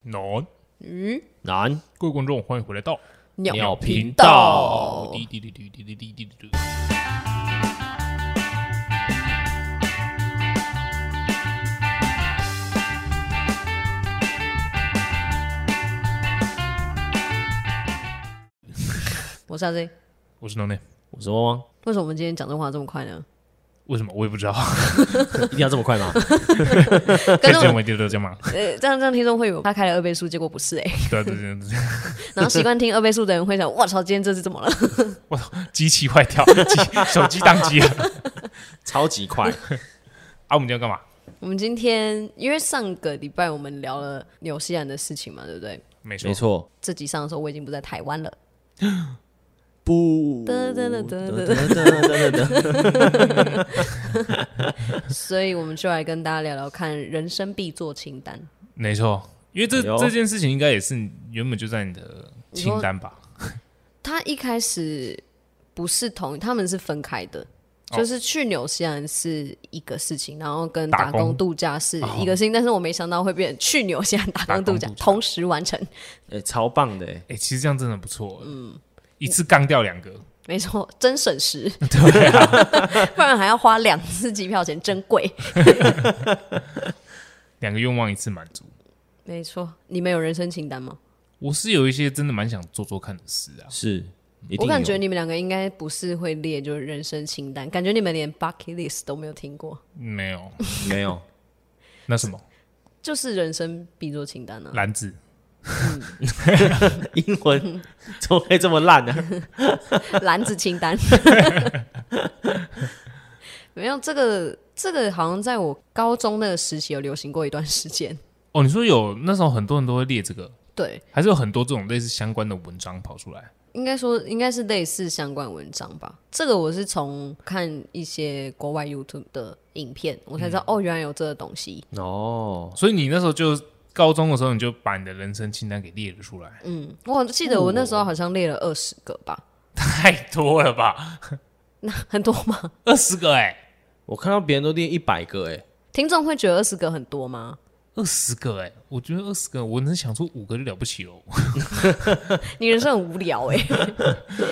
暖，鱼男各位观众，欢迎回来到鸟频道道。滴滴滴滴滴滴滴滴滴。我是阿 Z。我是能内，我说汪为什么我们今天讲这话这么快 呢？为什么我也不知道，汪一定要这么快吗？跟该这 着样我，我一定都这样嘛。呃，这样这样听众会以为他开了二倍速，结果不 是哎、对啊对对对，对然后习惯听二倍速的人会想，我操，今天这是怎么了？机器坏掉，机手机宕 机了。 超级快，啊，我们今天要干嘛？我们今天因为上个礼拜我们聊了纽西兰的事情嘛，对不对？没错 没，错。这集上的时候我已经不在台湾了， 不，噔噔噔噔噔 所以我们就来跟大家聊聊看人生必做清单。没错，因为这哎呦这件事情应该也是原本就在你的清单吧？他一开始不是同，他们是分开的，哦就是去纽西兰是一个事情，然后跟打打工工度假是一个事情，但是我没想到会变去纽西兰打打工工度假度假同时完成，哎，超棒的欸，哎，其实这样真的不错，嗯，一次杠掉两个，没错，真省时， 不然还要花两次机票钱，真贵。两个愿望一次满足。没错，你们有人生清单吗？我是有一些真的蛮想做做看的事啊，是，一定我感有觉你们两个应该不是会列就是人生清单，感觉你们连 bucket list 都没有听过，没有，没有那什么就是人生必做清单呢、 啊。篮子， 英 文怎么会这么烂啊呢？篮子清单。 没有这个，这个好像在我高中那个时期有流行过一段时间。哦，你说有那时候很多人都会列这个，对，还是有很多这种类似相关的文章跑出来。应该说应该是类似相关文章吧。这个我是从看一些国外 YouTube 的影片，我才知嗯道、哦，原来有这个东西。哦，所以你那时候就高中的时候，你就把你的人生清单给列了出来，嗯，我记得我那哦时候好像列了二十个吧，太多了吧？那很多吗？ 二十个哎、我看到别人都列一百个，哎，听众会觉得二十个很多吗？二十个哎、我觉得二十个，我能想出五个就了不起 喽。你人生很无聊哎、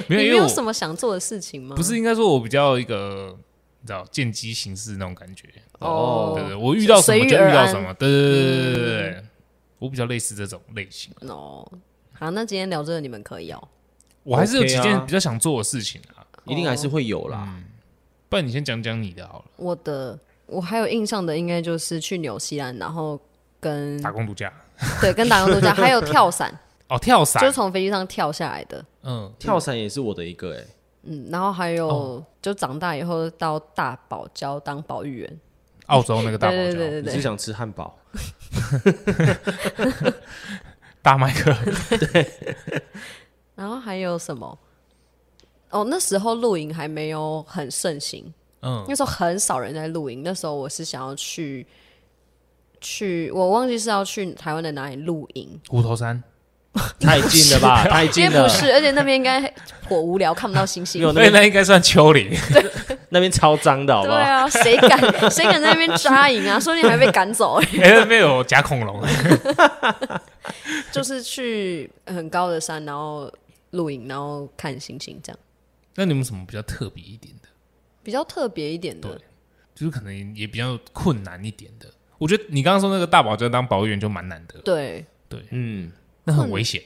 没有，你因没为我有什么想做的事情吗？不是应该说，我比较一个你知道见机行事那种感觉。哦，对对，我遇到什么随遇就遇而到安嗯什么。对对对对对对对，我比较类似这种类型。哦，好，那今天聊这个你们可以哦。我还是有 OK 几啊件比较想做的事情啊，一定还是会有啦。不然你先讲讲你的好了。我的我还有印象的，应该就是去纽西兰，然后跟打工度假对跟打 工度假，还有跳伞，哦，跳就伞是，从飞机上跳下来的。嗯，跳伞也是我的一个，哎，嗯，然后还有、哦就长大以后到大堡礁当保育员，澳洲那个大堡对对对礁，对你对是想吃汉堡？大麦克，然后还有什么？哦，那时候露营还没有很盛行，嗯，那时候很少人在露营。那时候我是想要去去，我忘记是要去台湾的哪里露营，虎头山。太近了 吧，太因近为了不，是，而且那边应该火无聊，看不到星星没。有那所以边那应该算丘 陵，那边超脏的，好不对好？啊，谁敢谁敢在那边扎营啊？说不定还被赶走、 欸。哎、那边有假恐龙，就是去很高的山，然后露营，然后看星星，这样那你们什么比较特别一点的？比较特别一点的对。就是可能也比较困难一点的。我觉得你刚刚说那个大保真当保育员就蛮难的，对，对，嗯，那很危险。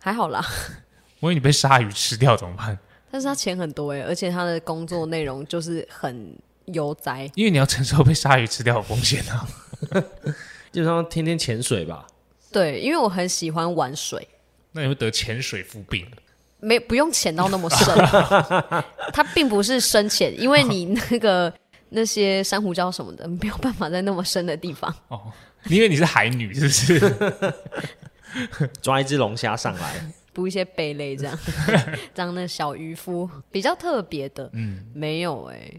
还好啦。 万一你被鲨鱼吃掉怎么办？但是他钱很多哎、而且他的工作内容就是很悠哉。因为你要承受被鲨鱼吃掉的风险啊。基本上天天潜水吧，对，因为我很喜欢玩水。 那你会得潜水夫病， 没不用潜到那么 深，它并不是深潜，因为你那个那些珊瑚礁什么的没有办法在那么深的地方。因为你是海女，是不 是？抓一只龙虾上来，捕一些贝类这样， 当那小渔夫比较特别的，嗯，没有哎、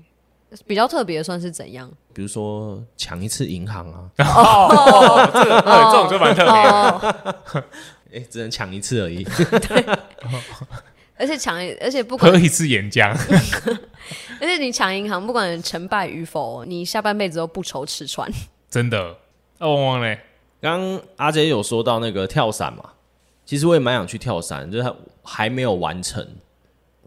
比较特别算是怎样？比如说抢一次银行 啊，对，这种就蛮特别。哦，哎，只能抢一次而已。而且抢，而且 不管，喝一次岩浆，而且你抢银行，不管成败与否，你下半辈子都不愁吃穿。啊真的。那汪汪嘞？刚刚阿杰有说到那个跳伞嘛，其实我也蛮想去跳伞，就是还还没有完成。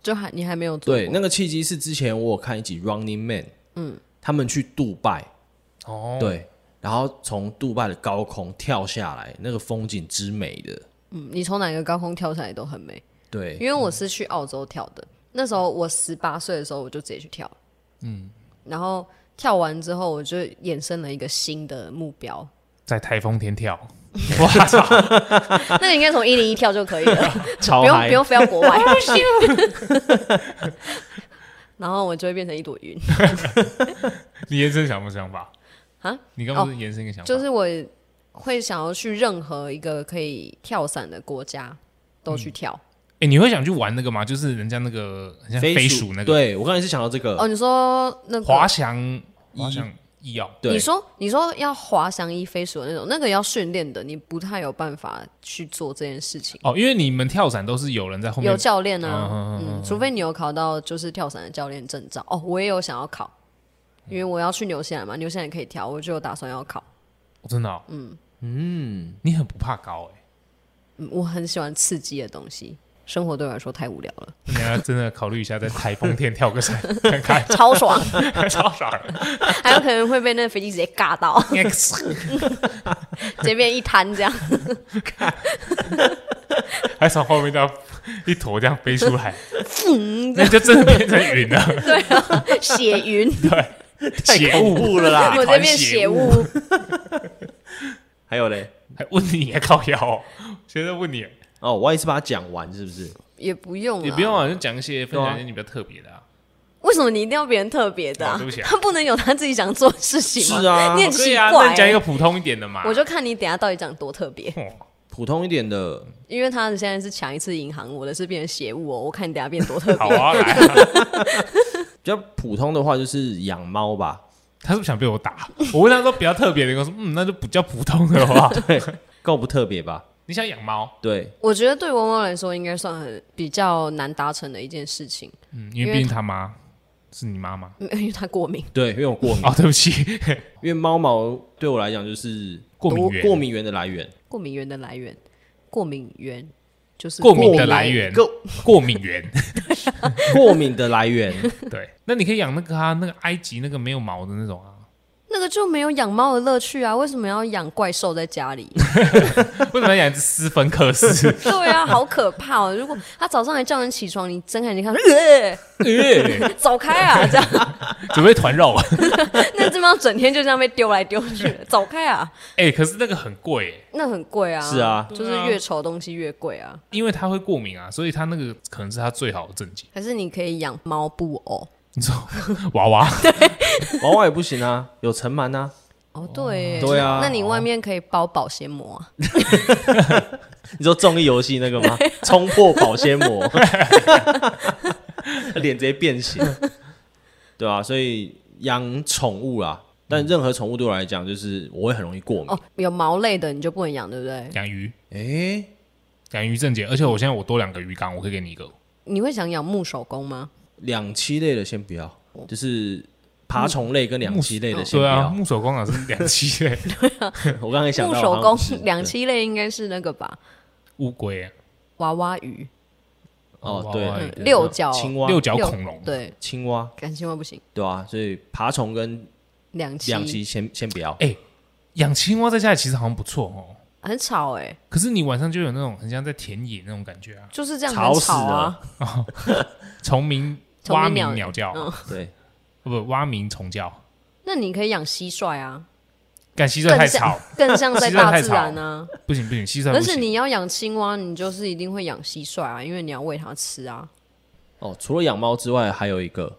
就还你还没有做对，过那个契机是之前我有看一集《Running Man》，嗯，他们去杜拜，哦，对，然后从杜拜的高空跳下来，那个风景之美的，嗯，你从哪个高空跳下来都很美，因对，为我是去澳洲跳的，那时候我十八岁的时候我就直接去跳，嗯，然后跳完之后我就衍生了一个新的目标，在台风天 跳， 那个应该从一零一跳就可以了，超不用嗨不用飞到国外，然后我就会变成一朵云，你延伸想不想法啊？你刚刚不是延伸一个想法？就是我会想要去任何一个可以跳伞的国家都去跳。哎，你会想去玩那个吗？就是人家那个很像飞鼠鼠那个对我刚才是想到这个，哦，你说那个嗯呃滑翔滑翔翼哦，对你说你说要滑翔翼飞鼠的那种，那个要训练的，你不太有办法去做这件事情。哦，因为你们跳伞都是有人在后面有教练啊，嗯嗯，除非你有考到就是跳伞的教练证照。哦，我也有想要考，因为我要去纽西兰嘛，纽西兰也可以跳，我就有打算要考。哦真的、哦，嗯嗯，你很不怕高哎、嗯，我很喜欢刺激的东西，生活对我来说太无聊了，你要真的考虑一下，在台风天跳个伞， 看看 超爽，超爽的。还有可能会被那个飞机直接尬到， 直接变一滩 这样。还从后面这样一坨这样飞出来，那就真的变成云 了，对啊，血云，邪恐物怖了啦一 我团这边血血雾，还有嘞，还问你还靠腰、哦，现在问你哦，我也是把它讲完，是不是？也不用，也不用。啊，就讲一些分享一些你比较特别的啊。为什么你一定要别人特别的、哦啊对不起啊他不能有他自己想做的事情吗？是啊你很对奇啊，怪、欸那你讲一个普通一点的嘛。我就看你等一下到底讲多特别，哦普通一点的，因为他现在是抢一次银行，我的是变成邪物哦，我看你等一下变多特好别。啊，来啊，比较普通的话就是养猫吧，他是不是想被我打？我问他说比较特别的，我说嗯，那就比较普通的话。够不特别吧？ 你想养猫，对，我觉得对汪汪来说应该算很比较难达成的一件事情，嗯，因为因为毕竟他妈是你妈妈。嗯因为他过敏，对，因为我过 敏，哦，对不起， 因为猫毛对我来讲就是过敏源过敏源的来源，过敏源的来源，过敏源就是过敏的来源过过敏源。 过敏的来 源，对，那你可以养那个啊，那个埃及那个没有毛的那种啊。那个就没有养猫的乐趣啊！为什么要养怪兽在家里？为什么要养一只斯芬克 斯？对啊，好可怕哦！如果他早上还叫人起床，你睁开眼睛看，呃，走开啊！这样，准备团肉。 那只猫整天就这样被丢来丢去，走开啊！哎、可是那个很贵、欸，那很贵啊，是，啊，就是越丑的东西越贵啊。因为它会过敏啊，所以它那个可能是它最好的证件。可是你可以养猫布偶你说娃娃，娃娃也不行啊，有尘螨啊，哦，对耶，对啊那你外面可以包保鲜膜啊，你说综艺游戏那个 吗？冲破保鲜膜，脸直接变形，对啊，所以养宠物啊，但任何宠物对我来讲，就是我会很容易过敏。哦，有毛类的你就不能养，对不对？养鱼，诶，养鱼证件，而且我现在我多两个鱼缸，我可以给你一个。你会想养木手工吗？两栖类的先不要，就是爬虫类跟两栖类的先不对啊，要。木手工老师两栖类我刚才想木到手好像工不 是两栖类应该是那个吧， 乌龟、啊，娃娃鱼、哦，娃娃对鱼，嗯六角青蛙、六角六恐龙，对，青蛙，感情蛙不行，对啊，所以爬虫跟两栖两栖先先不要。养青蛙在家里其实好像不错哦。很吵哎，可是你晚上就有那种很像在田野那种感觉啊，就是这样吵很死吵啊，虫鸣、虫鸣蛙鸣、鸟鸟叫，哦嗯对，不，蛙鸣虫叫，那你可以养蟋蟀啊，干蟋蟀更太像吵， 更像蟋在蟀大太自吵然啊。不行不行，蟋蟀而不且行。你要养青蛙，你就是一定会养蟋蟀啊，因为你要喂它吃啊。哦，除了养猫之外，还有一个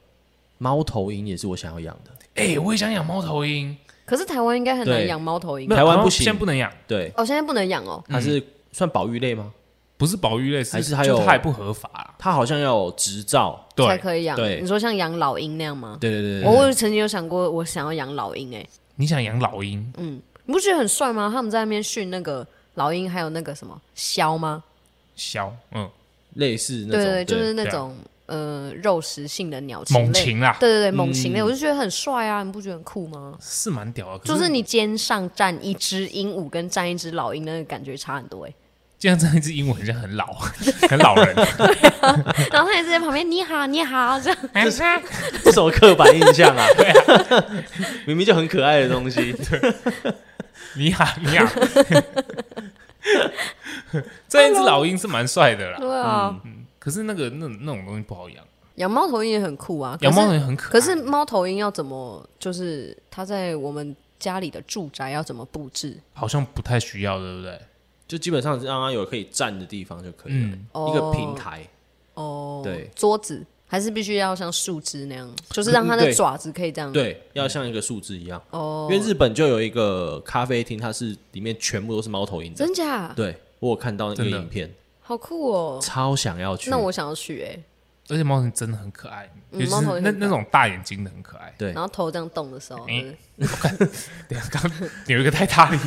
猫头鹰也是我想要养的。哎、我也想养猫头鹰，可是台湾应该很难对养猫头鹰没有台湾好像不行现在不能养，对，哦，现在不能养哦。它是算保育类吗？不是保育类，还是是还就有它还不合法啦。它好像要有执照。对，才可以养。对你说像养老鹰那样吗？对对对对我对，我曾经有想过，我想要养老鹰哎、你想养老鹰，你不觉得很帅吗？他们在那边训那个老鹰，还有那个什么枭吗？枭，嗯，类似那种。对对，就是那对啊种呃肉食性的鸟禽猛类，禽啊啦，对对对，猛禽类，我就觉得很帅啊，你不觉得很酷吗？是蛮屌啊。可就是你肩上站一只鹦鹉，跟站一只老鹰，那个感觉差很多哎、这样这样一只鹦鹉，好像很老， 很老 人。 然后他也是在旁边，你好，你好，这样 这什么刻板印象啊？ 对啊，明明就很可爱的东西。你好，你好。 这一只老鹰是蛮帅的啦，嗯对啊，可是那个那那种东西不好养，养猫头鹰也很酷啊，可养是猫也很可爱。可是猫头鹰要怎么，就是它在我们家里的住宅要怎么布置？好像不太需要，对不对？就基本上是让它有可以站的地方就可以了，嗯，哦一个平台。哦，对，桌子还是必须要像树枝那样，就是让它的对爪子可以这样。，对，要像一个树枝一样。哦因，为日本就有一个咖啡厅，它是里面全部都是猫头鹰的。真假？对，我有看到那个真的影片，好酷哦！超想要去。那我想要去哎，而且猫头鹰真的很可爱，嗯尤其猫头是鹰那很可爱那种大眼睛的很可爱。对然后头这样动的时候，哎就是对，刚 有一个太大力，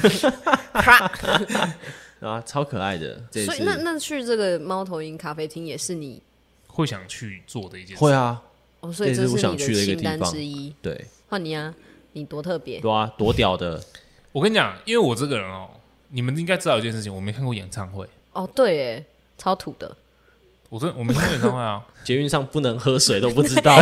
啊，超可爱的，这也所以是那那去这个猫头鹰咖啡厅也是你，会想去做的一件事。会啊，哦，所以这这也是我是你想去的一个清单地方之一。对，换你啊，你多特别对啊，多屌的，我跟你讲，因为我这个人哦，你们应该知道一件事情，我没看过演唱会，哦，对哎，超土的， 我真的我没看过演唱会啊。捷运上不能喝水都不知 道。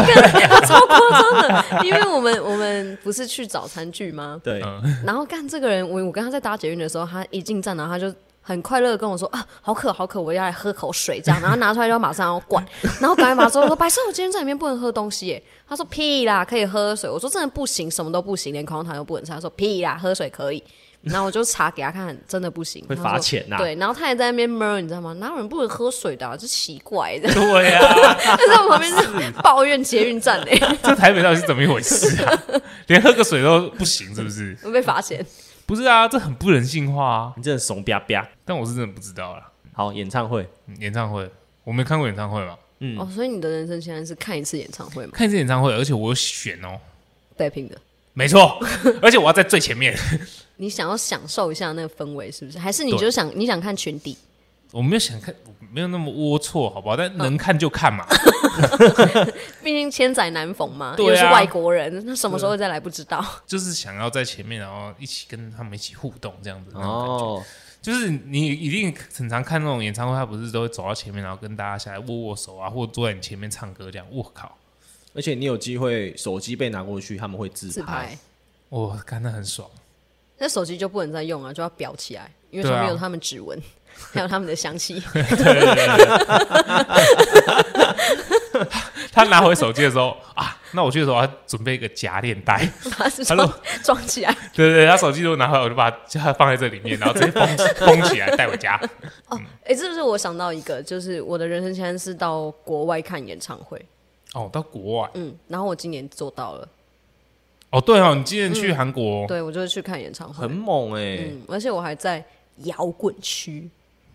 因为我们我们不是去早餐剧吗？对，嗯然后干这个人，我我跟他在搭捷运的时候，他一进站，然后他就很快乐的跟我说啊，好渴好渴，我要来喝口水这样，然后拿出来就要马上要灌，然后赶快把它收了说白色，我今天在里面不能喝东西耶。他说屁啦，可以喝水。我说真的不行，什么都不行，连口香糖都不能吃。他说屁啦，喝水可以。然后我就查给他看，真的不行，会他罚说钱啊呐对，然后他也在那边闷，你知道吗？哪有人不能喝水的、啊？这奇怪的，对呀、他在我旁边是抱怨捷运站哎、 这台北到底是怎么一回事啊？ 连喝个水都不行，是不是？我被罚钱。不是啊，这很不人性化啊。你真的怂吧吧。但我是真的不知道啦。好，演唱会，嗯演唱会我没看过演唱会嘛，嗯哦，所以你的人生现在是看一次演唱会吗？看一次演唱会，而且我有选哦，被拼的。没错， 而且我要在最前面。你想要享受一下那个氛围，是不是？还是你对就想你想看群底？我没有想看，我没有那么龌龊，好不好？但能看就看嘛。 毕竟千载难逢嘛，对啊又是外国人，那什么时候再来不知道。就是想要在前面，然后一起跟他们一起互动这样子。哦，哦，就是你一定很常看那种演唱会，他不是都会走到前面，然后跟大家下来握握手啊，或者坐在你前面唱歌这样。我靠，而且你有机会手机被拿过去，他们会自 自拍，我看那很爽。那手机就不能再用了，就要裱起来，因为对啊上面有他们 指纹，还有他们的香气。他拿回手机的时候 啊，那我去的时候要准备一个夹链袋。把它如装 装起来。对对对，他手机如果拿回来，我就把它放在这里面，然后直接封封起来带回 家。哎，这是我想到一个，就是我的人生现在是到国外看演唱会，哦，到国外嗯，然后我今年做到了，哦，对哦，你今年去韩国、嗯对我就是去看演唱会很，猛哎，嗯，而且我还在摇滚区，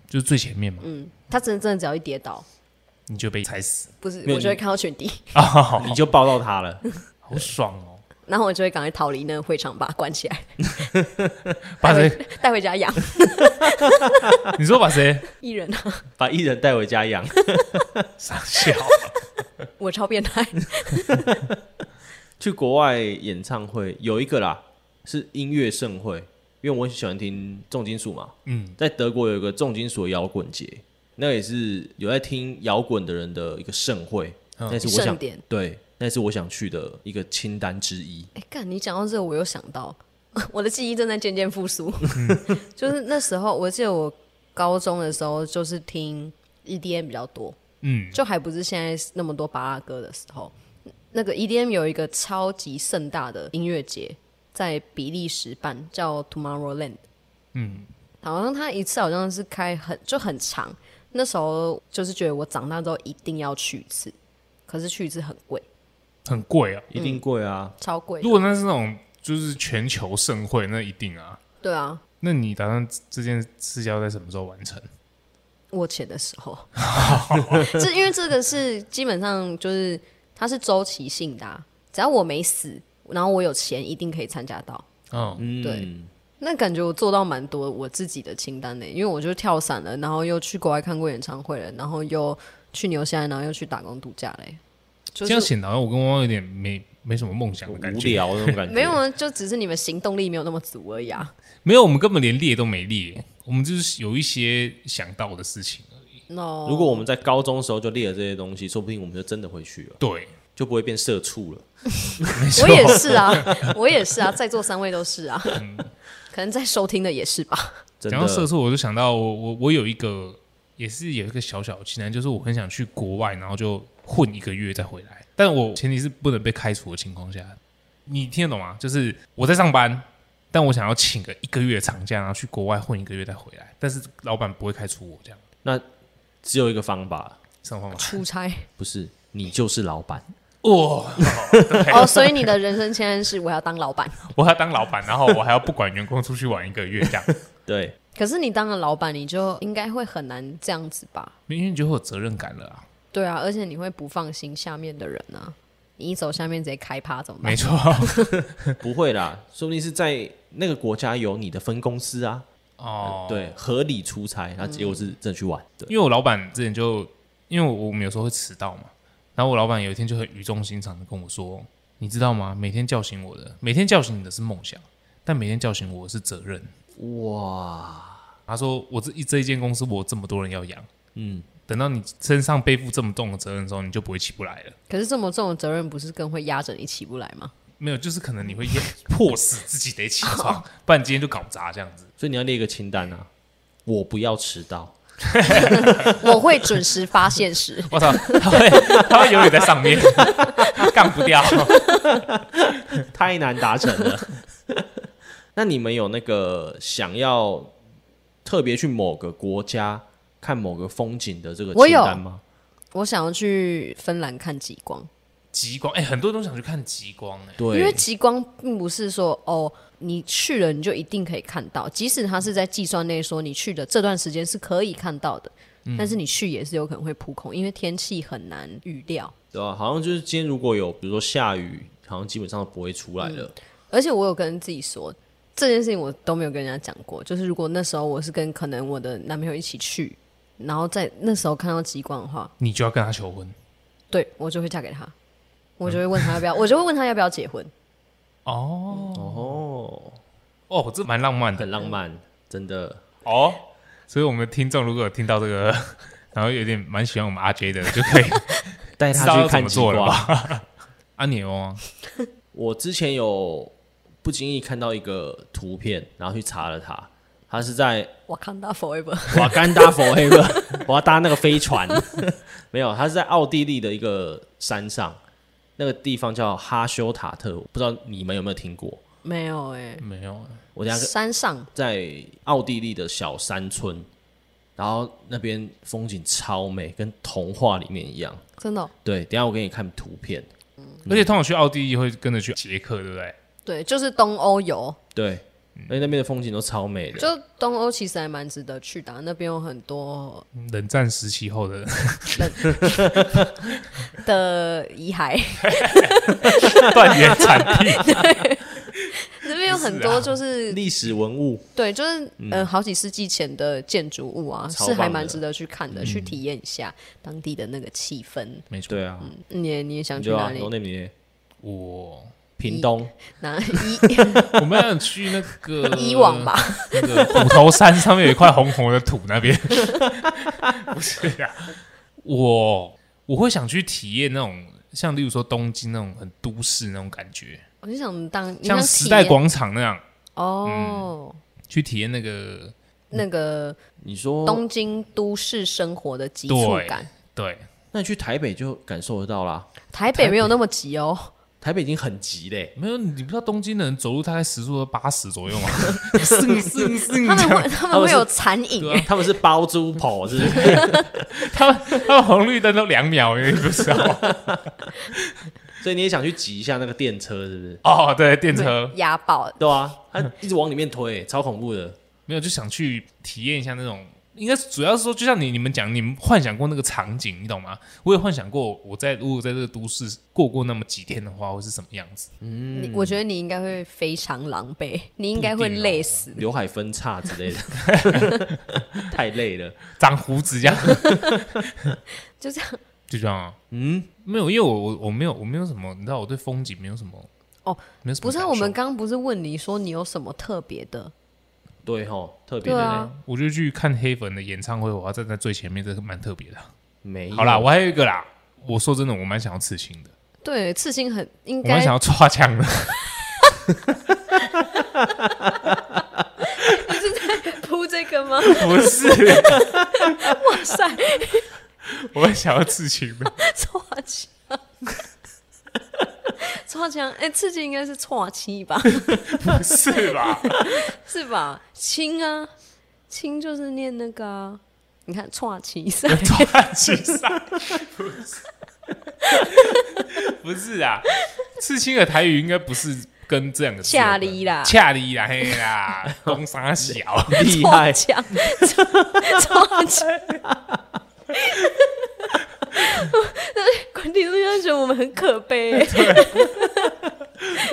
就是最前面嘛，嗯，他真的真的只要一跌倒，你就被踩死不是没有我就会你看到群底。啊、好嗯你就抱到他了。好爽哦！然后我就会赶快逃离那个会场，把它关起 来，把谁？ 带回家养。你说把谁？艺人啊， 把艺人带回家养，傻笑。我超变 态。去国外演唱会有一个啦，是音乐盛会，因为我很喜欢听重金属嘛。嗯，在德国有一个重金属摇滚节，那也是有在听摇滚的人的一个盛会，嗯那也是我盛想典对，那也是我想去的一个清单之一。哎，干，你讲到这个，我又想到 我的记忆正在渐渐复苏。嗯 就是那时候，我记得我高中的时候，就是听 EDM 比较多，嗯，就还不是现在那么多巴拉歌的时候。那个 EDM 有一个超级盛大的音乐节，在比利时办，叫 Tomorrowland。嗯，好像他一次好像是开很就很长，那时候就是觉得我长大之后一定要去一次，可是去一次很贵，很贵啊。一定贵啊！超贵的如。果那是那种就是全球盛会，那一定啊。对啊，那你打算这这件事要在什么时候完成？我钱的时候，这因为这个是基本上就是它是周期性的、啊，只要我没死，然后我有钱，一定可以参加到。嗯，嗯，对那感觉我做到蛮多我自己的清单呢，因为我就跳伞了，然后又去国外看过演唱会了，然后又去纽西兰，然后又去打工度假嘞。就这样是显得好像我跟汪汪有点没没什么梦想的感无觉。聊那种感觉。没有，啊，就只是你们行动力没有那么足而已啊。没有，我们根本连列都没列，我们就是有一些想到的事情而已。 no，如果我们在高中的时候就列了这些东西，说不定我们就真的会去了，对，就不会变社畜了。没错我。也是啊，我也是啊，在座三位都是啊，可能在收听的也是吧。真讲到社的，畜，我就想到我我我有一个也是有一个小小的期待，就是我很想去国外，然后就混一个月再回来，但我前提是不能被开除的情况下，你听得懂吗？就是我在上班，但我想要请个一个月长假，然后去国外混一个月再回来，但是老板不会开除我这样，只有一个方法，什么方法？出差不是你就是老板。哇、哦，所以你的人生清单是我要当老板。 我还要当老板，然后我还要不管员工出去玩一个月这样，对，可是你当了老板，你就应该会很难这样子吧？因为你就会有责任感了 啊。对啊，而且你会不放心下面的人啊，你一走下面直接开趴怎么办没？错，不会啦，说不定是在那个国家有你的分公司啊。哦，对，合理出差，然后结果是真的去玩。对，因为我老板之前就，因为我我们有时候会迟到嘛，然后我老板有一天就很语重心长的跟我说，你知道吗？每天叫醒我的，每天叫醒你的是梦想，但每天叫醒我的是责任。哇，他说，我这一这一间公司，我有这么多人要养，嗯，等到你身上背负这么重的责任的时候，你就不会起不来了。可是这么重的责任，不是更会压着你起不来吗？ 没有，就是可能你会压 迫使自己得起床，不然今天就搞砸这样子。所以你要列一个清单啊，我不要迟到。 我会准时发现时，我操，他会他会永远在上面， 干不掉。 太难达成了。 那你们有那个想要特别去某个国家看某个风景的这个我清有单吗？ 我想要去芬兰看极光，极光，哎、很多人都想去看极光、哎，因为对，极光并不是说哦，你去了你就一定可以看到，即使它是在计算内说你去的这段时间是可以看到的，但是你去也是有可能会扑空，因为天气很难预料。对吧、好像就是今天如果有，比如说下雨，好像基本上都不会出来了。而且我有跟自己说这件事情，我都没有跟人家讲过。就是如果那时候我是跟可能我的男朋友一起去，然后在那时候看到极光的话，你就要跟他求婚对我就会嫁给他，我就会问他要不要，我就会问他要不要结婚。哦。哦，哦，这蛮浪漫的很浪漫，真的。哦。所以我们的听众如果有听到这个， 然后有点蛮喜欢我们阿 J 的，就 可以带知他道要去怎看么极做了光。吧？阿牛啊，我之前有不经意看到一个图片，然后去查了它，它是在我看到 forever，瓦干达 forever，我要搭那个飞船。 没有，它是在奥地利的一个山上，那个地方叫哈修塔特，我不知道你们有没有听过？没有哎、没有啊，我等一下山上在奥地利的小山村，然后那边风景超美，跟童话里面一样。真的哦、对，等一下我给你看图片。而且通常去奥地利会跟着去捷克，对不对？对，就是东欧游，对，而且那边的风景都超美的，就东欧其实还蛮值得去的啊、那边有很 多冷战时期后 的的遗 骸，断垣残壁，那边有很是啊多就是历史文物。对，就是呃，好几世纪前的建筑物啊，嗯超是还棒蛮的嗯值得去看的，去体验一下当地的那个气氛。没错。对啊，你也你也想你去就哪啊，里罗？内米我屏东，哪伊我们要去那 个 伊往，吧？那个虎头山上面有一块红红的土， 那边不是呀、我我会想去体验那种像例如说东京那种很都市那种感觉，我就想当你像想时体代验广场那样哦，嗯去体验那个那个你说东京都市生活的急促对感。对，那你去台北就感受得到啦。台北没有那么急哦，台北已经很急嘞， 没有你不知道东京的人走路大概时速都八十左右嘛， 是是是，他们会他们们会是有残影对哎，他们是包租婆，是不 是？他们他们红绿灯都两秒，你不哦知道所以你也想去挤一下那个电车，是不是？哦， 对，电车压爆。对啊，他一直往里面推，超恐怖的。没有就想去体验一下那种。应该主要是说，就像你你们讲，你们幻想过那个场景，你懂吗？我也幻想过，我在如果在这个都市过过那么几天的话，会是什么样子？你我觉得你应该会非常狼狈，你应该不一会定哦累死。刘海分叉之 类的，太累了。长胡子这样， 就这样就这样啊？嗯，没有，因为我我我没有我没有什么，你知道我对风景没有什么哦，没有什么不是啊、感我们受刚刚不是问你说你有什么特别的？对吼，特别对的、啊，我就去看黑粉的演唱会，我要站在最前面，这个蛮特别的。没有好啦，我还有一个啦，我说真的，我蛮想要刺青的，对，刺青很应我蛮该 想要抓枪的。铺这个 吗？不是，哇塞， 我蛮想要刺青的。错枪，错枪，哎、刺青应该是错七 吧？不是吧？是吧？青啊，青就是念那个、啊，你看错七噻，抓起 上，不是， 不是啊。刺青的台语应该不是跟这两个字有关恰力啦恰力啦，嘿 啦，东沙小。厉害错，枪，错枪。管理中央觉得我们很可悲、欸，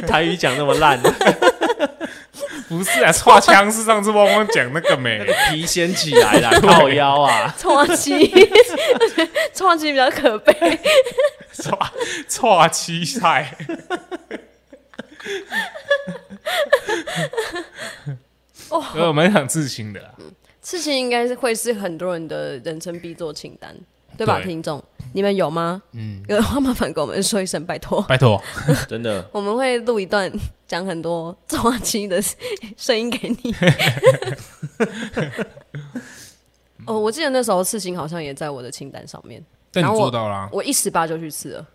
台语讲那么烂，不是啊，抓枪是上次汪汪讲那个没？ 皮掀起来了，靠腰啊！错七，错七比较可悲。抓抓七菜。 哦呃所以我蛮想刺青的啦。刺青应该是会是很多人的人生必做清单，对吧？对听众，你们有吗？嗯，有的话麻烦跟我们说一声，拜托。拜托，真的，我们会录一段 讲很多做青的声音给你。哦，我记得那时候刺青好像也在我的清单上面，但你然后做我到啦、我一十八就去刺了，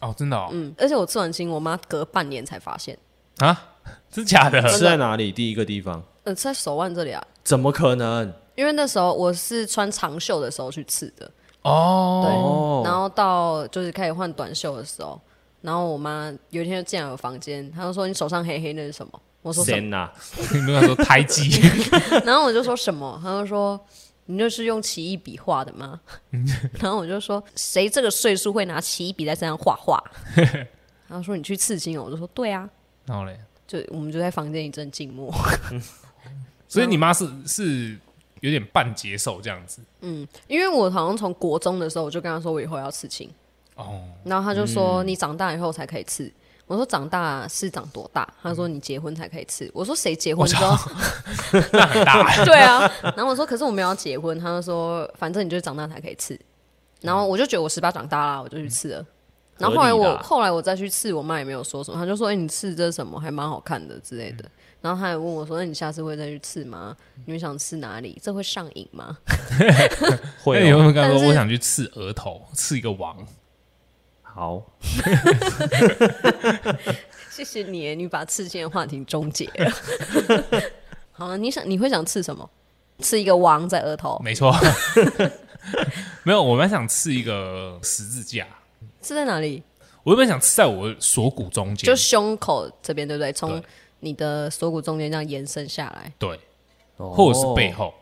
哦，真的哦，嗯，而且我刺完青，我妈隔半年才发现，啊，真假的？是在哪里？第一个地方？呃，在手腕这里啊，怎么可能？因为那时候我是穿长袖的时候去刺的，哦，哦然后到就是开始换短袖的时候，然后我妈有一天就进来我房间，她就说你手上黑黑那是什么？我说什么？天哪！ 你没有说胎记， 然后我就说什么？她就说你就是用奇异笔画的吗？然后我就说谁这个岁数会拿奇异笔在身上画画？然后说你去刺青哦，我就说对啊，然后嘞，就我们就在房间一阵静默。所以你妈是是有点半接受这样子，因为我好像从国中的时候我就跟他说我以后要刺青，哦，然后他就说、你长大以后才可以刺。我说长大是长多大？他说你结婚才可以刺。我说谁结婚我之操后？那很大、 欸， 对啊，然后我说可是我们要结婚，他就说反正你就是长大才可以刺。然后我就觉得我十八长大啦，我就去刺了。然后后来合理我啦后来我再去刺，我妈也没有说什么，她就说：“哎、你刺这什么还蛮好看的之类嗯的。”然后她也问我说：“那你下次会再去刺吗？你们想刺哪里？这会上瘾 吗那会你有哦没有跟她但说是我想去刺额头，刺一个王？好，？”谢谢你，你把刺青的话题终结了。 好了，你想你会想刺什么？刺一个王在额头，嗯没错， 没有，我蛮想刺一个十字架，刺在哪里？我原本想刺在我的锁骨中间就，胸口这边，对不对？从对你的锁骨中间这样延伸下来。对，或或者是背后，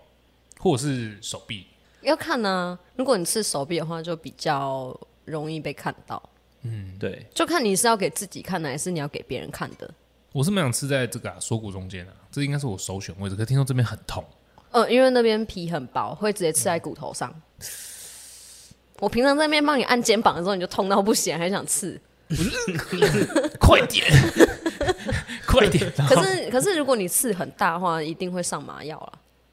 或者是手臂，要看呢、如果你刺手臂的话，就比较容易被看到。对，就看你是要给自己看的，还是你要给别人看的。我是蛮想刺在这个、啊、锁骨中间啊，这应该是我首选位置，可是听说这边很痛。呃，因为那边皮很薄，会直接嗯刺在骨头上。我平常在那边帮你按肩膀的时候，你就痛到不行，还想刺。快点， 快点！然后可 是，可是如果你刺很大的话，一定会上麻药了。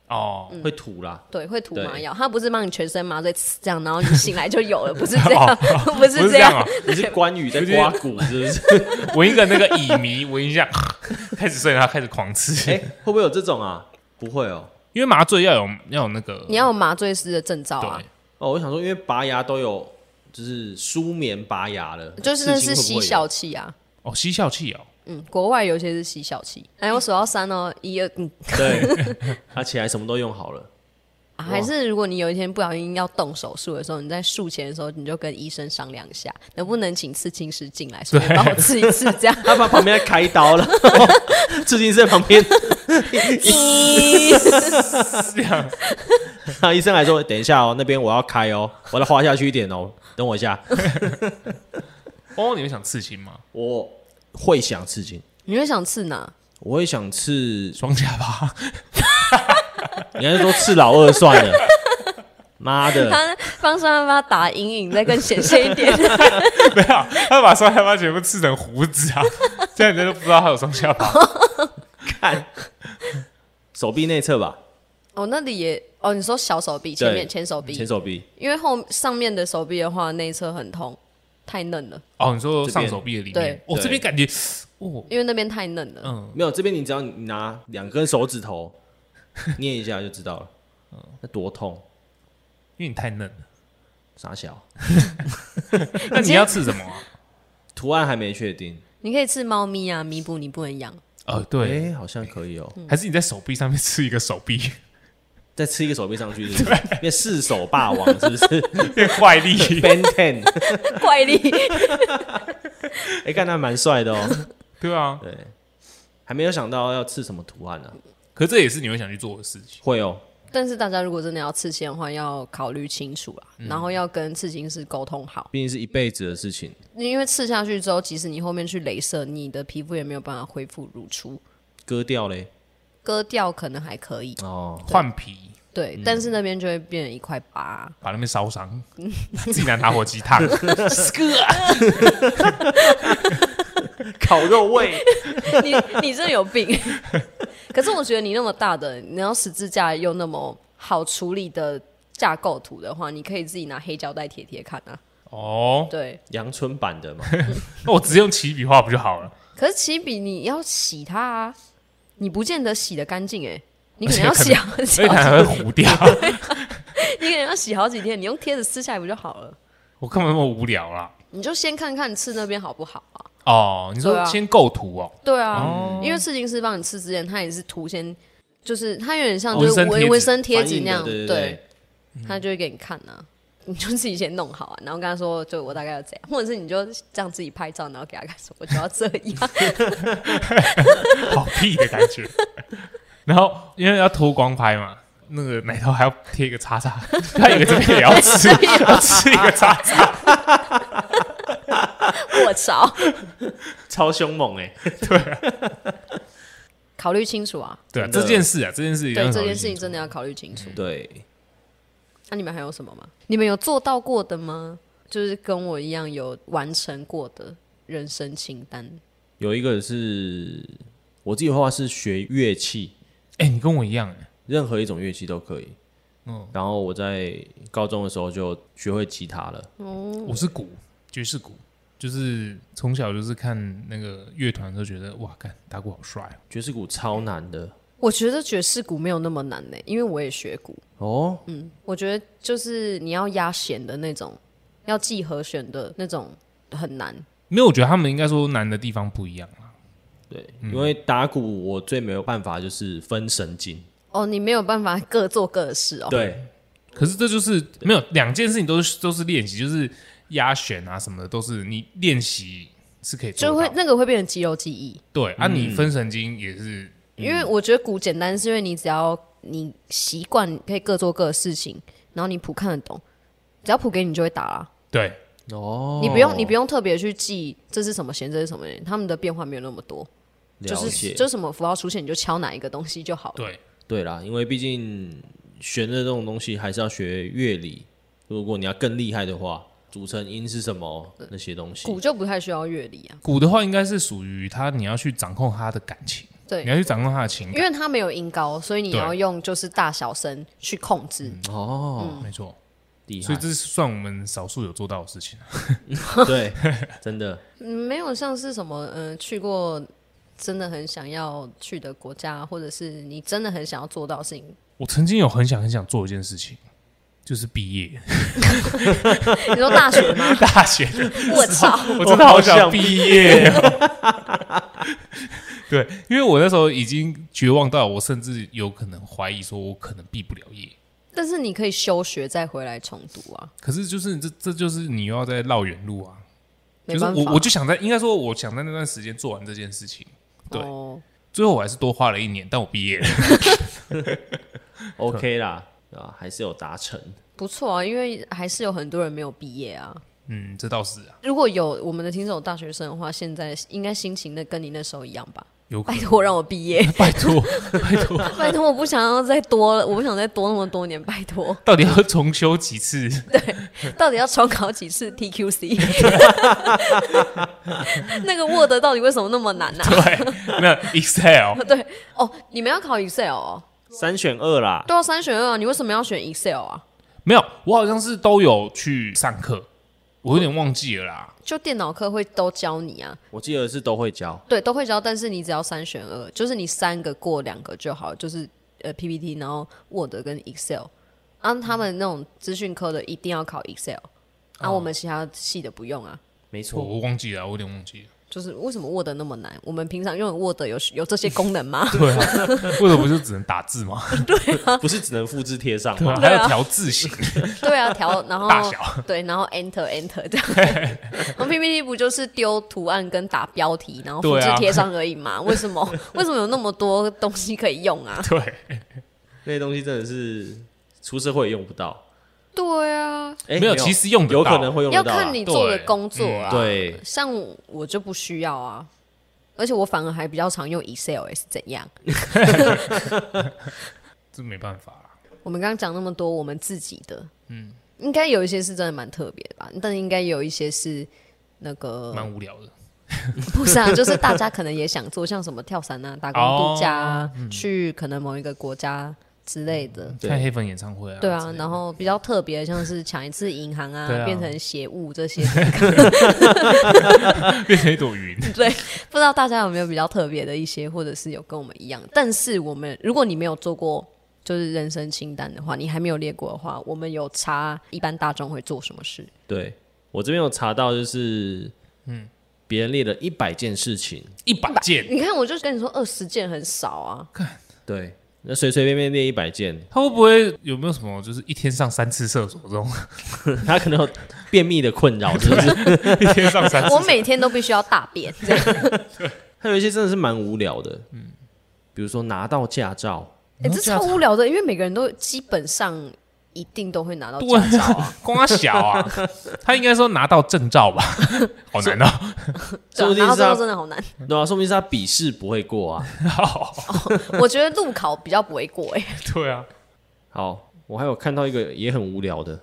哦，会吐啦。对，会涂对麻药。它不是帮你全身麻醉刺这样，然后你醒来就有 了，不是这样， 不是不是这这样样啊。，你哦是关羽在刮 骨是不是？ 闻一个那个乙醚，闻一下， 开始睡，然后开始狂吃哎，，会不会有这种啊？不会哦。因为麻醉要有要有那个，你要有麻醉师的证照啊对。，哦，我想说，因为拔牙都有，就是舒眠拔牙了，就是那刺青会是不吸会有笑气啊，哦，吸笑气哦，嗯，国外有一些是吸笑气。哎，我数到三哦，一二，嗯， 对，他起来什么都用好了，啊还是如果你有一天不小心要动手术的时候，你在术前的时候，你就跟医生商量一下，能不能请刺青师进来，顺便帮我刺一刺，这样。他把旁边在开刀了， 刺青师在旁边，这样那医生还说：“等一下哦，那边我要开哦，我要滑下去一点哦，等我一下。哦，你们想刺青吗？”我会想刺青，你会想刺哪？我会想刺，双下巴， 你还是说刺老二算了？妈的，他帮双下巴打阴影，再更显现一点。没有，啊他把双下巴全部刺成胡子啊， 这样人家都不知道他有双下巴。看手臂内侧吧， 哦，那里也哦，你说小手臂前面对前手臂，前手臂，因为后上面的手臂的话，内侧很痛，太嫩了，哦，你说这边上手臂的里面对，我、哦、对这边感觉，哦，因为那边太嫩了。嗯，没有这边你只要你拿两根手指头捏一下就知道了，那多痛，因为你太嫩了。傻小。那你要刺什么、啊？图案还没确定，你可以刺猫咪啊，弥补你不能养。哦，对，嗯哎，好像可以哦，还是你在手臂上面刺一个手臂， 再刺一个手臂上去是不是，变四手霸王是不是变怪 力。 ？Ben Ten，怪力，哎，看他蛮帅的哦。对啊，对，还没有想到要刺什么图案呢、可这也是你会想去做的事情。会哦， 但是大家如果真的要刺青的话，要考虑清楚啦，然后要跟刺青师沟通好，毕竟是一辈子的事情。因为刺下去之后，即使你后面去镭射，你的皮肤也没有办法恢复如初，割掉嘞，割掉可能还可以，哦，换皮，对，但是那边就会变成一块疤。把那边烧伤， 自己拿打火机烫。 啊烤肉味，你你真的有病。 可是我觉得你那么大的，你要十字架又那么好处理的架构图的话，你可以自己拿黑胶带贴贴看啊。哦，对，阳春版的嘛，那我直接用起笔画不就好 了？可是起笔你要洗它啊，你不见得洗得干净哎，你可能而要洗且好，所以它还会糊掉。 你可能要洗好几天，你用贴子撕下来不就好了？我干嘛那么无聊啦？你就先看看刺那边好不好啊？哦，你对说啊先构图哦， 对啊，因为刺青师帮你刺之前，他也是图先，就是他有点像哦纹就是身贴纹纸纹身贴翻纸印那的样，对对对，他就会给你看呐、你就自己先弄好啊，然后跟他说，就我大概要这样，或者是你就这样自己拍照，然后给他看说，我就要这样。 好屁的感觉。 然后因为要脱光拍嘛，那个奶头还要贴一个叉 叉，他以为这边也要吃，啊要吃一个叉叉，我操，超凶猛哎、考虑清楚啊，对啊，真的这件事啊，这件事一定对要这考虑件事清情楚真的要考虑清楚。对，那、你们还有什么吗？你们有做到过的吗？就是跟我一样有完成过的人生清单。有一个是我自己的话是学乐器，哎，你跟我一样哎，任何一种乐器都可以。嗯，然后我在高中的时候就学会吉他了，嗯我是鼓，爵士鼓，就是从小就是看那个乐团就觉得哇，干打鼓好帅哦。爵士鼓超难的我觉得爵士鼓没有那么难呢、因为我也学鼓。哦，我觉得就是你要压弦的那种，要记和弦的那种很难。没有，我觉得他们应该说难的地方不一样啊。对，嗯因为打鼓我最没有办法就是分神经，哦，你没有办法各做各的事哦。对，可是这就是没有两件事情都是都是练习，就是压弦啊什么的都是你练习是可以做就到会的那个会变成肌肉记忆，对啊，你分神经也是因嗯为我觉得鼓简单，是因为你只要你习惯可以各做各的事情，然后你谱看得懂，只要谱给你就会打啦。对，哦，你不用你不用特别去记这是什么弦，这是什么弦，他们的变化没有那么多，就了是解就什么符号出现你就敲哪一个东西就好了。对，对啦，因为毕竟弦的这种东西还是要学乐理。如果你要更厉害的话，组成音是什么那些东西呃鼓，就不太需要乐理啊，鼓的话应该是属于他，你要去掌控他的感情，对你，要去掌控他的情因感。为它没有音高，所以你对嗯要用就是大小声去控制。嗯哦，没错，厉所以害，这是算我们少数有做到的事情啊。对，真 的嗯没有像是什么嗯、呃去过真的很想要去的国家，或者是你真的很想要做到的事情。我曾经有很想很想做一件事情，就是毕业？你说大学吗 大学，我操！ 我真的好我好想想毕业、哦。 对，因为我那时候已经绝望到，我甚至有可能怀疑说，我可能毕不了业。 但是你可以休学再回来重读啊，可是就是这，这就是你又要再绕远路啊。没就是办法。我，我就想在，应该说，我想在那段时间做完这件事情。对哦，最后我还是多花了一年，但我毕业了。 OK 啦。对吧？还是有达成。不错啊，因为还是有很多人没有毕业啊。 嗯，这倒是啊，如果有我们的听众有大学生的话，现在应该心情的跟你那时候一样吧？有可拜能。托让我毕业， 拜托，拜托，拜托我不想要再多了，我不想再多那么多年，拜托，到底要重修几次？到底要重考几次 TQC？那个 Word 到底为什么那么难呢、啊？对，没有 Excel， 对哦，你们要考 Excel 哦，三选二啦，都要三选二啊，你为什么要选 Excel 啊？没有，我好像是都有去上课，我有点忘记了啦。就电脑课会都教你啊，我记得是都会教。对，都会教，但是你只要三选二，就是你三个过两个就好，就是呃 PPT，然后 Word 跟 Excel。啊，他们那种资讯科的一定要考 Excel，啊，我们其他系的不用啊。没我错，我忘记了，我有点忘记了。就是为什么 Word 那么难？我们平常用的 Word 有有这些功能吗？对啊， 为什么不就只能打字吗？哦不是只能复制贴上对啊吗啊吧？？ 还有调字型、对 啊，调然后大小，对，然后 Enter Enter 这样。我们 PPT 不就是丢图案跟打标题，然后复对制啊贴上而已 嘛？为什么为什么有那么多东西可以用啊？对，那些东西真的是出社会也用不到。对啊，哎，没有，其实用得有到可能会用要得到啦。看你做的对工作啊。对，像我就不需要啊，而且我反而还比较常用 Excel，欸是怎样？这没办法啦。啊我们刚刚讲那么多我们自己的，嗯，应该有一些是真的蛮特别的吧，但应该有一些是那个蛮无聊呃的。不是啊，就是大家可能也想做，像什么跳伞啊、打工度假哦啊，嗯去可能某一个国家之类的。对看黑粉演唱会啊，对之啊类，的然后比较特别，像是抢一次银行啊，对啊变成邪物这些， 变成一朵云，对，不知道大家有没有比较特别的一些，或者是有跟我们一样。但是我们，如果你没有做过就是人生清单的话，你还没有列过的话，我们有查一般大众会做什么事。对我这边有查到，就是嗯，别人列了一百件事情， 一百件，你看，我就跟你说，二十件很少啊，对，那随随便便列一百件， 他会不会有没有什么就是一天上三次厕所这 种，他可能有便秘的困扰，是不是？一天上三次我每天都必须要大便，这样。还有一些真的是蛮无聊的，嗯，比如说拿到驾照，哎、这超无聊的，因为每个人都基本上一定都会拿 到对 驾照啊。光小啊？ 他应该说拿到证照 吧，好难哦。说对啊不定拿到是驾照他，真的好难。对啊，说不定是他笔试不会过啊。我觉得路考比较不会过、哎，对啊，好，我还有看到一个也很无聊的，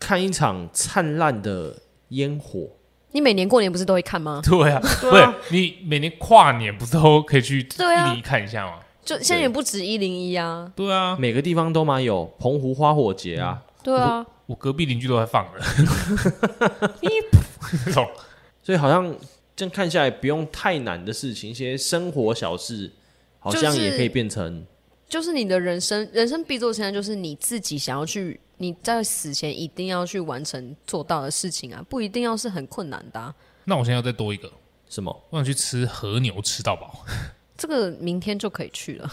看一场灿烂的烟火，你每年过年不是都会看吗？对啊，不是你每年跨年不是都可以去对啊印尼看一下吗？就现在也不止一零一啊，对啊，每个地方都蛮有澎湖花火节啊，对啊，我隔壁邻居都在放 了， 这种所以好像这样看下来，不用太难的事情，一些生活小事，好像就是也可以变成就是你的人生，人生必做清单就是你自己想要去，你在死前一定要去完成做到的事情啊，不一定要是很困难的啊、那我现在要再多一个，什么？ 我想去吃和牛吃到饱， 这个明天就可以去了。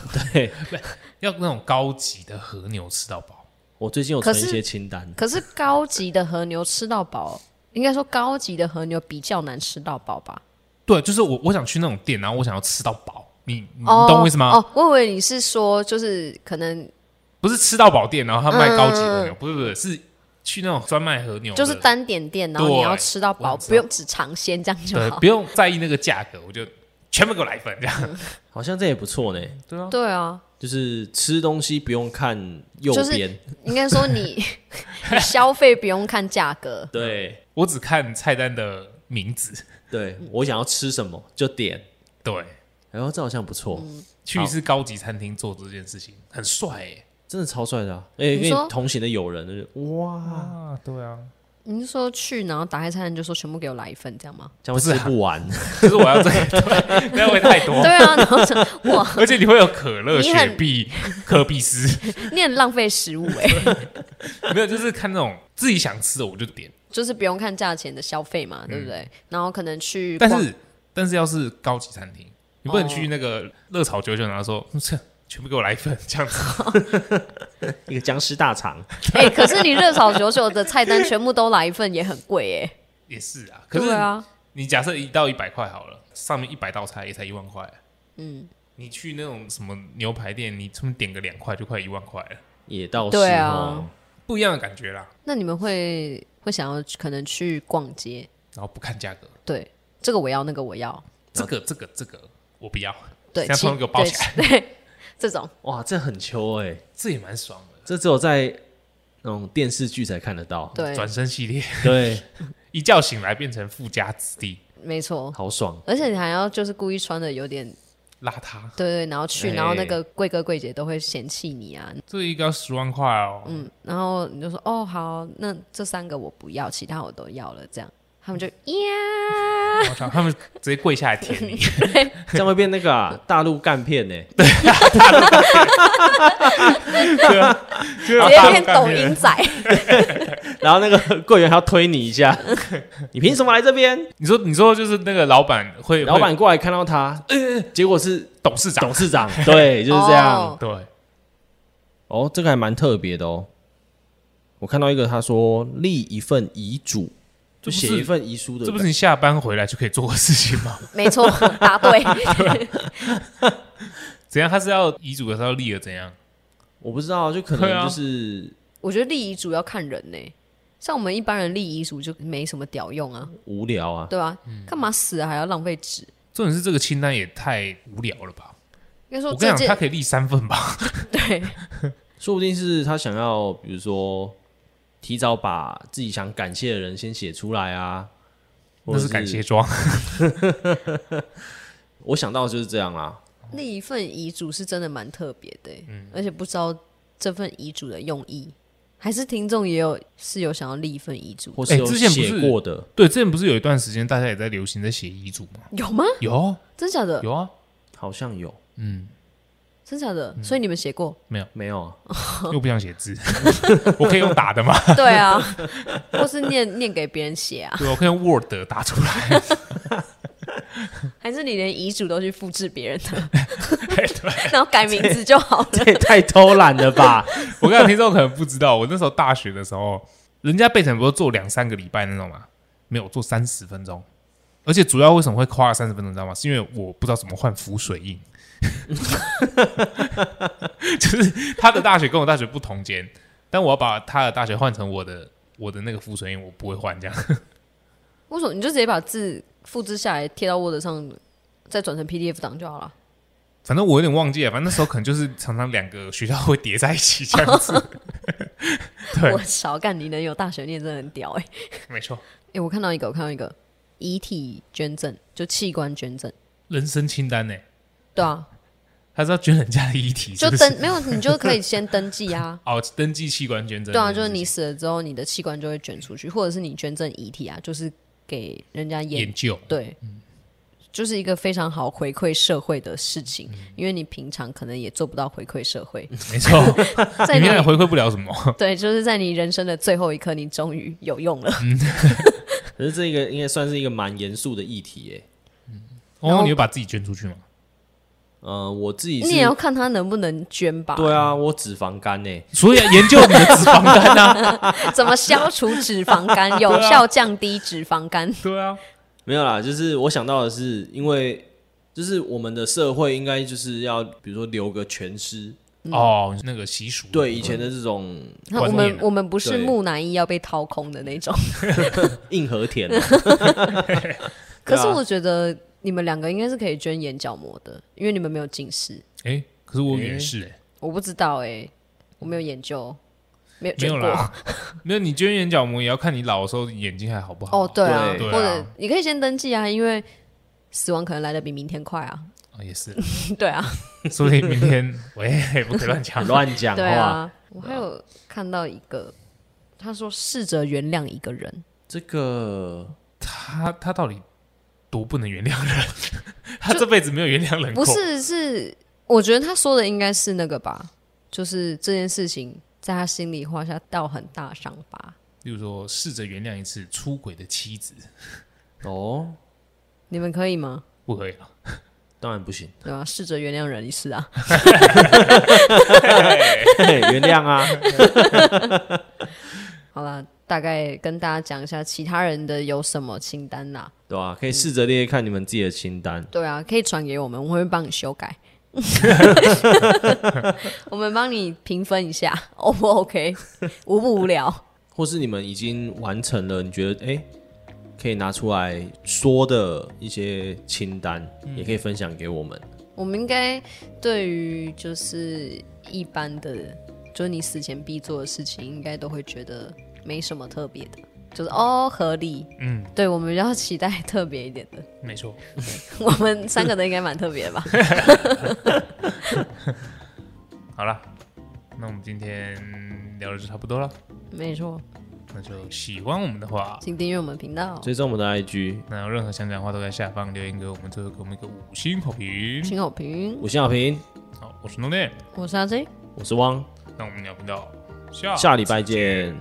要那种高级的和牛吃到饱。我最近有可存是一些清单，可是高级的和牛吃到饱，应该说高级的和牛比较难吃到饱吧？对，就是我我想去那种店，然后我想要吃到饱，你嗯你哦，懂我意思吗？哦，我以为你是说就是可能不是吃到饱店，然后他卖高级和牛，不是不是，是去那种专卖和牛的，嗯就是单点店，然后对你要吃到我饱，知道不用只尝鲜这样就对，好不。用在意那个价格，我就全部给我来一份这样。好像这也不错呢。对啊，对啊，就是吃东西不用看右就是边，应该 说你你消费不用看价格，对我只看菜单的名字，对，我想要吃什么就点。对，然后这好像不错，嗯去一次高级餐厅做这件事情很帅欸真的超帅的、啊。哎、你跟说你同行的友人，就是哇，啊，对啊，你是说去，然后打开菜单就说全部给我来一份，这样吗？这样会吃不完。可是我要这个， 对，不要会太多 对，啊，然后想哇，而且你会有可乐、你雪很碧、可比斯，你很浪费食物 哎、没有，就是看那种自己想吃的我就点，就是不用看价钱的消费嘛，对不对？然后可能去嗯逛，但是 但是要是高级餐厅，你不能哦去那个热炒九九，然后说嗯这全部给我来一份这样子。 一个僵尸大肠，哎、可是你热炒九九的菜单全部都来一份也很贵哎、也是啊，可对是啊，你假设一到一百块好了，上面一百道菜也才一万块，嗯，你去那种什么牛排店，你这么点个两块就快一万块了，也哦到时候对啊不一样的感觉啦。那你们会会想要去可能去逛街？然后不看价格，对，这个我要，那个我要，这个这个这个我不要，对，现在其通通给我包起来对， 对这种哇，这很秋哎、这也蛮爽的。这只有在那种电视剧才看得 到。对，转身系列对，一觉醒来变成富家子弟，没错。好爽。而且你还要就是故意穿的有点邋遢，对对，然后去，哎然后那个贵哥贵姐都会嫌弃你啊，这一个要十万块哦。嗯，然后你就说哦好，那这三个我不要，其他我都要了，这样他们就呀，我操，他们直接跪下来舔你，啊 这样会变那个、啊、大陆干片呢、直直接变抖音。仔， 然后那个 柜员还要推你一下，你凭什么来这边？你说，你说就是那个老板会，老会板过来看到他， 结果是董事长董，事 长，对，就是这样哦。对，哦，这个还蛮特别的哦。我看到一个，他说立一份遗嘱，这就不是写一份遗书的，这不是你下班回来就可以做的事情 吗？没错，答对，怎样？他是要遗嘱的时候立了怎样？我不知道，就可对能啊就是我觉得立遗嘱要看人呢、像我们一般人立遗嘱就没什么屌用啊，无聊啊。对吧？嗯干嘛死了还要浪费纸？重点是这个清单也太无聊了吧？应该说我跟你这讲，他件可以立三份吧？对说不定是他想要，比如说提早把自己想感谢的人先写出来啊，或那者是感谢。状，我想到就是这样啊啦，立一份遗嘱是真的蛮特别的欸、而且不知道这份遗嘱的用意，还是听众也有是有想要立一份遗嘱的，或是有哎之前不写是过的，对，之前不是有一段时间大家也在流行在写遗嘱吗？有吗？有真假的？有 啊，好像有嗯，真假的？所以你们写过？没 有啊？又不想写字， 我可以用打的吗？ 对啊，或是念念给别人写啊？对，我可以用 Word 打出来。还是你连遗嘱都去复制别人的， 然后改名字就好了？这也太偷懒了吧？ 我跟你讲听众可能不知道，我那时候大学的时候，人家背成不是做两三个礼拜那种嘛，没有做三十分钟。而且主要为什么会花了三十分钟，你知道吗？是因为我不知道怎么换浮水印， 就是他的大学跟我大学不同间，但我要把他的大学换成我的我的那个浮水印，我不会换这样。为什么你就直接把字复制下来贴到 Word 上，再转成 PDF 档就好了？反正我有点忘记啊了，反正那时候可能就是常常两个学校会叠在一起这样子。 对我，少干，你能有大学念真的很屌哎、欸、没错，哎、我看到一个，我看到一个遗体捐赠，就器官捐赠，人生清单呢，对啊，他是要捐人家的遗体，就是不是。登没有你就可以先登记啊 哦，登记器官捐赠。对啊，就是你死了之后，你的器官就会捐出去，或者是你捐赠遗体啊，就是给人家研研究，对，就是一个非常好回馈社会的事情，因为你平常可能也做不到回馈社 会，没 错，在里你面也回馈不了什么。对，就是在你人生的最后一刻，你终于有用了。可是这个应该算是一个蛮严肃的议题耶。然哦，后你会把自己捐出去吗？呃，我自己你也要是，看他能不能捐吧？对啊，我脂肪肝呢，所以研究你的脂肪肝啊，怎么消除脂肪 肝，有效降低脂肪肝？ 对啊，没有啦，就是我想到的是，因为就是我们的社会应该就是要，比如说留个全尸，哦，那个习俗，对以前的这种那我观念们啊我们不是对木乃伊要被掏空的那种。硬核田啊、啊可是我觉得你们两个应该是可以捐眼角膜的，因为你们没有近视。哎，可是我远视，哎我不知道哎、我没有研究，没有没捐有过。啦， 没有。你捐眼角膜也要看你老的时候眼睛还好不好。哦，，对啊，对对啊或者你可以先登记啊，因为死亡可能来的比明天快啊。 哦也是，对啊，所以明天 喂，不可以乱 讲。乱讲对话，啊。我还有看到一个，他说试着原谅一个人，这个他他到底多不能原谅人？ 他这辈子没有原谅人过。不是是，我觉得他说的应该是那个吧，就是这件事情在他心里画下道很大伤疤。例如说，试着原谅一次出轨的妻子，哦，你们可以吗？不可以了。当然不行，对吧、试着原谅人一次啊。 嘿原谅 啊，好啦，大概跟大家讲一下其他人的有什么清单啦、啊对吧、可以试着列看你们自己的清单，对啊，可以传给我们，我们会帮你修改。 我们帮你评分一下，O 不 OK？无不无聊？或是你们已经完成了，你觉得哎、诶可以拿出来说的一些清单，也可以分享给我们。我们应该对于就是一般的，就是你死前必做的事情，应该都会觉得没什么特别的，就是哦合理。嗯，对，我们要期待特别一点的。 没错，我们三个的应该蛮特别的吧？好了，那我们今天聊的就差不多了，没错，那就喜欢我们的话，请订阅我们频道，追踪我们的 IG 那有任何想讲的话都在下方留言给我们，最后给我们一个五星好评。请好评。五星好评，好，我是弄念，我是阿 J，我是汪，那我们聊频道下下礼拜见，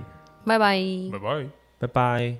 拜拜。拜拜。拜拜。